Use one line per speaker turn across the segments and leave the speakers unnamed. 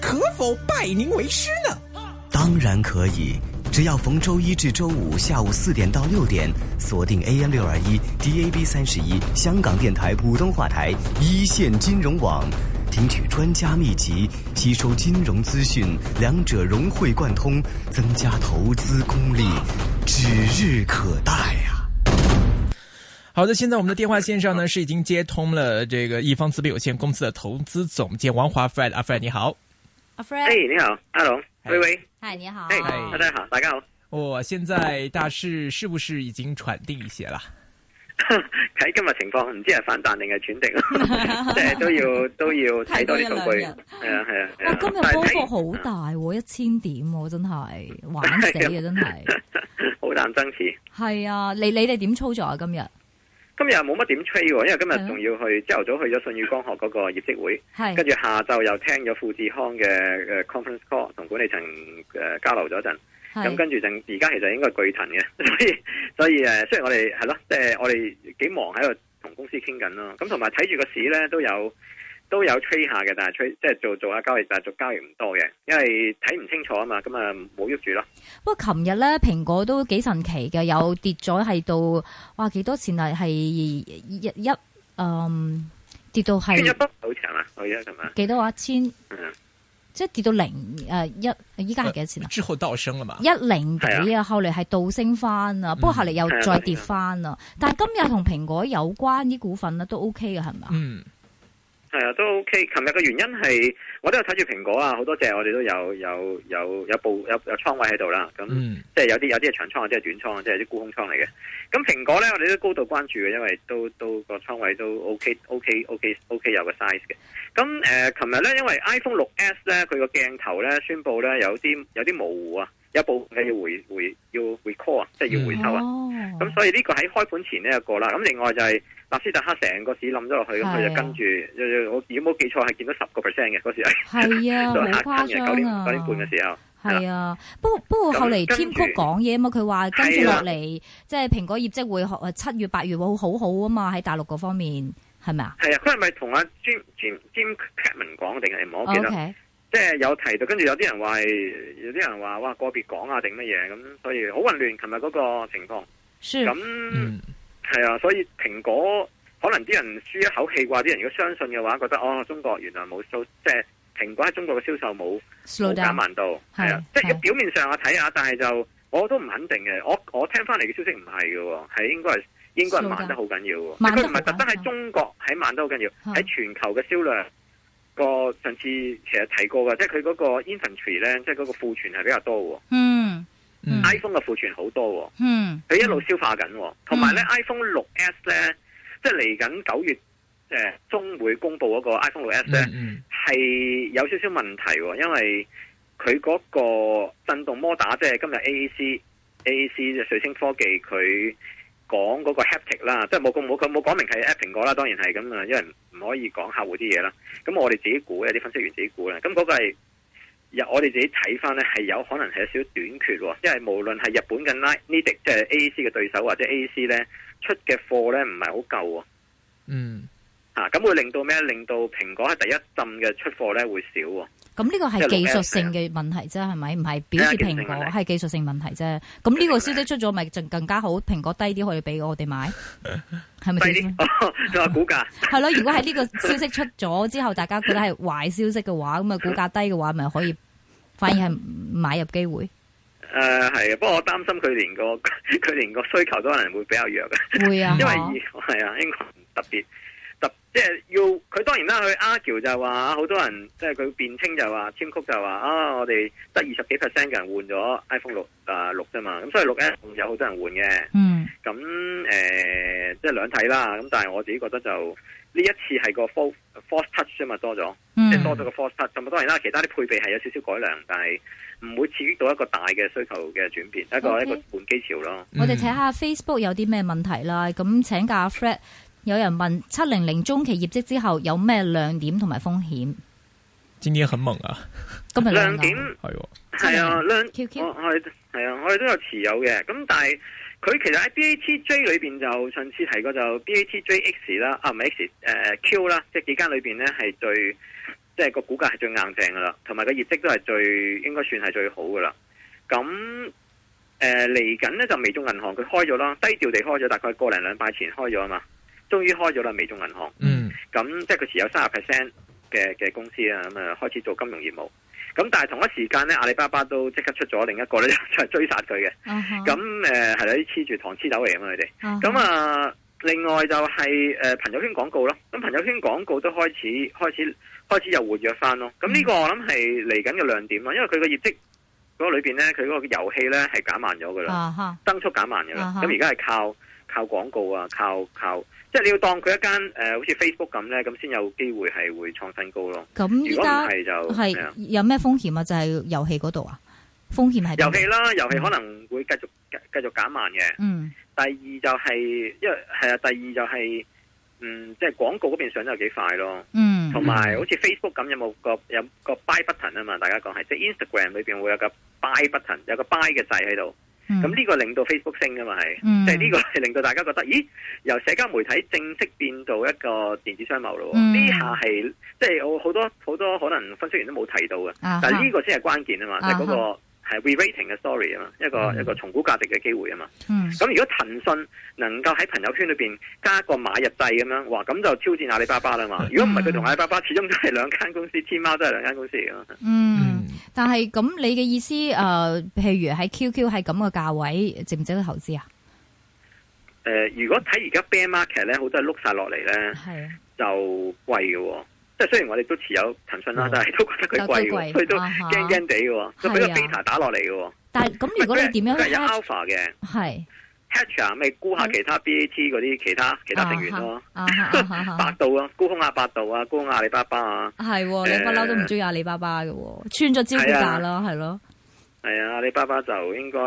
可否拜您为师呢？
当然可以，只要逢周一至周五下午四点到六点，锁定 AM 六二一 DAB 三十一香港电台普通话台一线金融网，听取专家秘籍，吸收金融资讯，两者融会贯通，增加投资功力，指日可待啊！
好的，现在我们的电话线上呢是已经接通了这个一方资本有限公司的投资总监王华 Fred，阿 Fred 你好。
阿
哎
Fred，，
你好，Hello，
哎
喂喂，
嗨，你好。
哎，大家好，大家好，
我、现在大市是不是已经喘定一些了？
睇今日情況，唔知係反彈定係 轉定，即係都要都要睇多啲數據，
睇多一兩日
係啊係啊係
哇
啊，，
今日
但係
波幅
睇
好大喎，一千點喎，真係玩死啊！真係。
好淡爭持。
係啊，你你哋點操作啊？今日
今日冇乜點吹喎，因為今
係啊
日仲要去朝頭早去咗信宇光學嗰個業績會，跟
係
住下晝又聽咗富士康嘅誒 conference call，同管理層誒交流咗陣。咁
係
跟住就而家其實應該係巨騰嘅， 所以所以誒，雖然我哋係咯，即係我哋幾忙喺度同公司傾緊咯，咁同埋睇住個市咧都有都有吹下嘅，但係吹即係做做下交易，但係做交易唔多嘅，因為睇唔清楚啊嘛，咁啊冇喐住咯。
不過琴日咧，蘋果都幾神奇嘅，有跌咗係到哇幾多錢啊？係一一嗯跌到
穿一
係
筆好似係嘛，我而家係嘛，
幾多啊？千
嗯
即係跌到零誒一，依家係幾多錢啊？
之后到升了嘛？
一零幾
係
啊，後嚟係倒升翻啊，不過後嚟又
係啊
再跌翻啊。但係今日同蘋果有關啲股份咧都 OK 嘅，係咪啊？
嗯，
係啊都 OK。琴日嘅原因係我都有睇住蘋果啊，好多隻我哋都有有有有部有有倉位喺度啦，咁。
嗯，
即係有啲有啲係長倉，有啲係短倉，即係啲沽空倉嚟嘅。咁蘋果咧，我哋都高度關注嘅，因為都都個倉位都 OK OK OK OK 有個 size 嘅。咁誒，呃琴日咧，因為 iPhone 六 S 咧，佢個鏡頭咧宣布咧有啲有啲模糊啊，有部分嘅要回回要 recall 啊，即係要回收啊。
哦，
咁所以呢個喺開盤前呢一個啦，咁另外就係納斯達克成個市冧咗落去，咁佢
係啊
就跟住，呃我如果冇記錯係見到十個 percent 嘅嗰時係，
係啊，好
就 嚇
誇
親嘅九點
張啊！
九點半嘅時候。
係啊，不過不過
咁
後嚟
跟
Tim
住
Cook 講嘢啊嘛，佢話跟住
係
落
啦
嚟，即係蘋果業績會學七月八月會好好啊嘛，喺大陸嗰方面係咪啊
係啊，佢係咪同阿 Jim Jim Jim Catman 講定係唔係我記得？
哦？OK，
即係有提到，跟住有啲人話係，有啲人話哇個別講啊定乜嘢咁，所以好混亂。琴日嗰個情況，
是
咁
嗯，
係啊，所以蘋果可能啲人舒一口氣啩，啲人如果相信嘅話，覺得哦中國原來冇收，即係蘋果喺中國嘅銷售冇
slow
冇減
down，
慢到，
係
係啊，即
係
係表面上我睇下，但係就我都唔肯定嘅。我我聽翻嚟嘅消息唔係嘅喎，係應該係應該係慢得好緊要
慢
喎。
得好緊
佢
要
唔係特登喺中國喺慢得好緊要，
嗯
喺全球嘅銷量個上次其實提過嘅，即係佢嗰個 inventory 咧，即係嗰個庫存係比較多
嗯
嗯
喎。iPhone 嘅庫存好多
嗯，
喎，佢一路消化緊喎，同埋咧 iPhone 六 S 咧，即係嚟緊九月誒中會公布嗰個 iPhone 六 S 咧。
嗯
係有少少問題喎，因為佢嗰個震動摩打，即係今日 AAC AAC 即係瑞星科技佢講嗰個 haptic 啦，即係冇咁冇佢冇講明係 app 蘋果啦，當然係咁啊，因為唔可以講客戶啲嘢啦。咁我哋自己估，有啲分析員自己估啦。咁嗰個係有我哋自己睇翻咧，係有可能係有少少短缺喎，因為無論係日本嘅 Nidec 即係 AAC 嘅對手或者 AAC 咧出嘅貨咧唔係好夠喎。
嗯
啊，咁會令到咩？令到蘋果喺第一浸嘅出貨咧會少喎。
咁呢個
即
係
係
技術
6S
性嘅問題啫，係咪？唔係表示
係啊技術性
蘋果
問題
係技術性問題啫。咁呢個消息出咗，咪就更加好，蘋果低啲可以俾我哋 買，係咪
低
先
啲？， 哦仲有股價，
係咯，如果喺呢個消息出咗之後，大家覺得係壞消息嘅話，咁啊股價低嘅話，咪可以反而係買入機會，
誒係啊，不過我擔心佢連個佢連個需求都可能會比較弱嘅，
會啊，
因為
嗬
係啊，英國唔特別特即係要佢當然啦，佢 argue 就係話好多人即係佢辯稱就係話簽曲就係話啊，我哋得二十幾 percent 嘅人換咗 iPhone 六啊六啫嘛，咁所以六 S 有好多人換嘅。
嗯
咁誒、呃即係兩睇啦。咁但係我自己覺得就呢一次係個 force force touch 啫嘛，多咗，
嗯
即係多咗個 force touch。咁啊，當然啦，其他啲配備係有少少改良，但係唔會刺激到一個大嘅需求嘅轉變，一個
OK
一個換機潮咯。
嗯
我哋睇下 Facebook 有啲咩問題啦。咁請教阿 Fred，有人問七零零中期業績之後有咩亮點同埋風險？
今天很猛啊，
今日
亮
啊
點
哎呦，
係啊，亮
QQ
我我哋係啊，我哋都有持有嘅。咁但係佢其實喺 BATJ 裏邊就上次呃提過就 BATJX 啦，啊唔係 X 誒、Q 啦，即係幾間裏邊咧係最即係個股價係最硬淨噶啦，同埋個業績都係最應該算係最好噶啦。咁誒嚟緊呢，就微眾銀行佢開咗啦，低調地開咗，大概個零兩拜前開咗啊嘛，終於開咗啦微眾銀行。
嗯
咁即係佢持有三十 percent 嘅嘅公司啊，咁啊開始做金融業務。咁但係同一時間咧，阿里巴巴都即刻出咗另一個咧， 就係追殺佢嘅。
啊哈
咁誒係啦，啲黐住糖黐豆嚟啊嘛，佢哋。
啊哈
咁啊，另外就係、誒、朋友圈廣告咯。咁朋友圈廣告都開始開始開始又活躍翻咯。咁呢個我諗係嚟緊嘅亮點咯，因為佢個業績嗰裏邊咧，佢嗰個遊戲咧係減慢咗噶啦。
啊哈
增速減慢嘅啦
啊。哈
咁而家係靠靠廣告啊，靠靠，即係你要當佢一間誒、呃好似 Facebook 咁咧，咁先有機會係會創新高咯。
咁
如
依
果唔
家
係就係啊
係有咩風險啊？就係遊戲嗰度啊，風險係嗯邊
遊
度
戲啦，遊戲可能會繼續繼繼續減慢嘅。
嗯
第二就係、因為係啊，第二就係、嗯，即係廣告嗰邊上得有幾快咯。
嗯
同埋好似 Facebook 咁有冇個有個 buy button 啊嘛？大家講係，即係 Instagram 裏邊會有個 buy button，有個 buy 嘅掣喺
嗯
度。咁呢個令到 Facebook 升噶嘛係，
嗯
即係呢個係令到大家覺得，咦，由社交媒體正式變做一個電子商務咯喎。
嗯
呢下係即係我好多好多可能分析員都冇提到嘅，
啊哈
但係呢個先係關鍵啊嘛，就
啊哈
係嗰個係 re-rating 嘅 story 啊嘛，一個
嗯
一個重估價值嘅機會啊嘛。
嗯
咁如果騰訊能夠喺朋友圈裏邊加一個買入掣咁樣，哇，咁就挑戰阿里巴巴啦
嗯
嘛。如果唔係佢同阿里巴巴始終都係兩間公司，天貓都係兩間公司嚟噶嘛。
嗯，但係咁你嘅意思誒、呃譬如喺 QQ 係咁嘅價位，值唔值得投 資啊？
誒、如果睇而家 bear market 咧，好多係碌晒落嚟咧。
係啊，
就貴嘅喎。即係雖然我哋都持有騰訊啦
嗯，
但係都覺得佢貴喎，
都
佢
貴
都
啊哈
驚驚地嘅喎，佢俾個
係啊
beta 打落嚟嘅喎。啊
但係咁如果你點樣
佢係有
hedge-
alpha 嘅
係
hedge 啊，咪沽下其他 BAT 嗰啲其他其他成員咯，
啊哈啊哈啊哈
百度啊，沽空下百度啊，沽空下阿里巴巴啊，
係喎，你不嬲都唔中意阿里巴巴嘅喎，穿咗招股價啦，
啊
係咯，
係啊，阿里巴巴就應該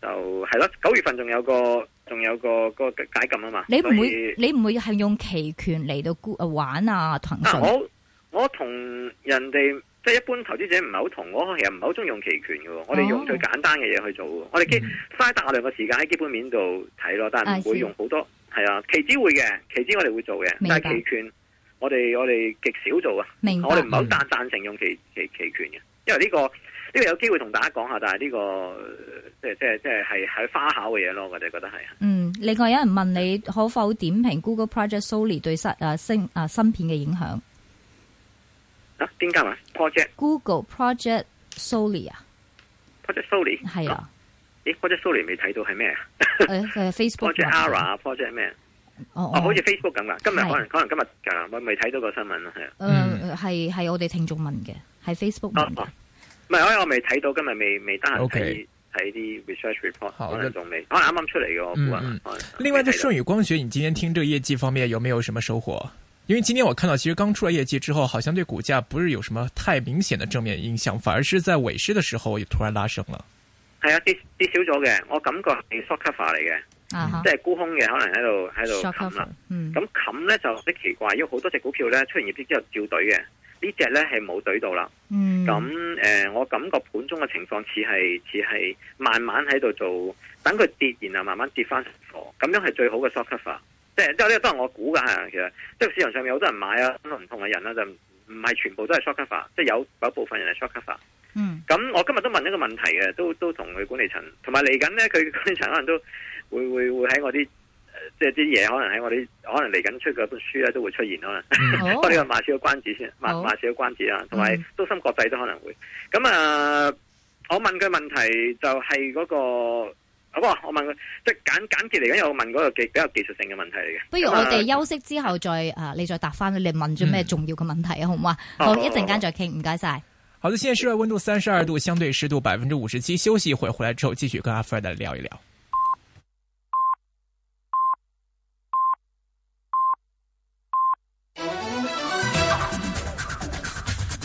就係咯，九月份仲有個仲有個個解禁啊嘛，
你唔
所
會
以
你唔會係用期權嚟到沽呃玩啊騰
啊！
訊？
我我同人哋即係一般投資者唔係好同，我其實唔係好中意用期權嘅喎，我
哦
哋用最簡單嘅嘢去做嘅喎，我哋
嗯
基嘥大量嘅時間喺基本面度睇咯，但係唔
I see
會用好多係啊，期指會嘅，期指我哋會做嘅，
明白
但係期權我哋我哋極少做啊，
明白
我哋唔係好贊贊成用期期期權嘅，因為呢、個呢、個有機會同大家講下，但係呢、個呃即係即係即係係係花巧嘅嘢咯，我哋覺得係。
嗯，另外有人問你可否點評 Google Project Soli 對新啊新啊芯片嘅影響
啊，邊間啊？Project
？Google Project Soli 啊，
Project Soli 哦
係，啊，
咦，Project Soli 未睇到係咩啊
誒誒 Facebook
？Project
話
Ara 啊，Project 咩啊？
哦
哦，
哦
好似 Facebook 咁噶，今日
係
可能可能今日噶，我未睇到個新聞啦，係啊，
誒係係呃我哋聽眾問嘅，係 Facebook 問
哦
嘅
哦。唔係，我我未睇到，今日未未得閒
OK
睇睇啲 research report，
好
可能仲未，可能啱啱出嚟嘅，我估
嗯
啊。可能
另外，在舜
未睇
宇光学，你今天听这个业绩方面有没有什么收获？因为今天我看到，其实刚出来业绩之后，好像对股价不是有什么太明显的正面影响，反而是在尾市的时候也突然拉升了。
到係啊，跌跌少咗嘅，我感覺係 short cover 嚟嘅，
啊哈
即係沽空嘅，可能喺度喺度
short
冚
cover，
啦。
嗯，
咁冚咧就有啲奇怪，因為好多隻股票咧出完業績之後照隊嘅，呢只咧係冇隊到啦。
嗯
咁誒、呃我感覺盤中嘅情況似係似係慢慢喺度做，等佢跌，然後慢慢跌翻貨，咁樣係最好嘅 short cover。即係即係呢個都係我估㗎，係其實即係市場上面有好多人買啊，咁唔同嘅人啦，就唔係全部都係 short cover，即係有有部分人係 short cover。
嗯
咁我今日都問一個問題嘅，都都同佢管理層，同埋嚟緊咧，佢 管理層可能都會會會喺我啲。呃即係啲嘢可能喺我啲，可能嚟緊出嘅本書咧都會出現可能。
好
我哋個賣少個關子先，賣
哦好
賣少個關子啦，同埋
嗯
都心國際都可能會。咁啊、我問佢問題就係嗰、個，好啊我問佢，即係簡簡潔嚟講，有問嗰個技比較技術性嘅問題嚟嘅。
不如
咁
我
啊
哋休息之後再啊，你再答翻你問咗咩
嗯
重要嘅問題啊，好唔好啊？
好
好，
好
一陣間再傾，唔該晒。
好的，现在室外温度三十二度，相对湿度百分之五十七。休息一会儿，回来之后继续跟阿菲尔来聊一聊。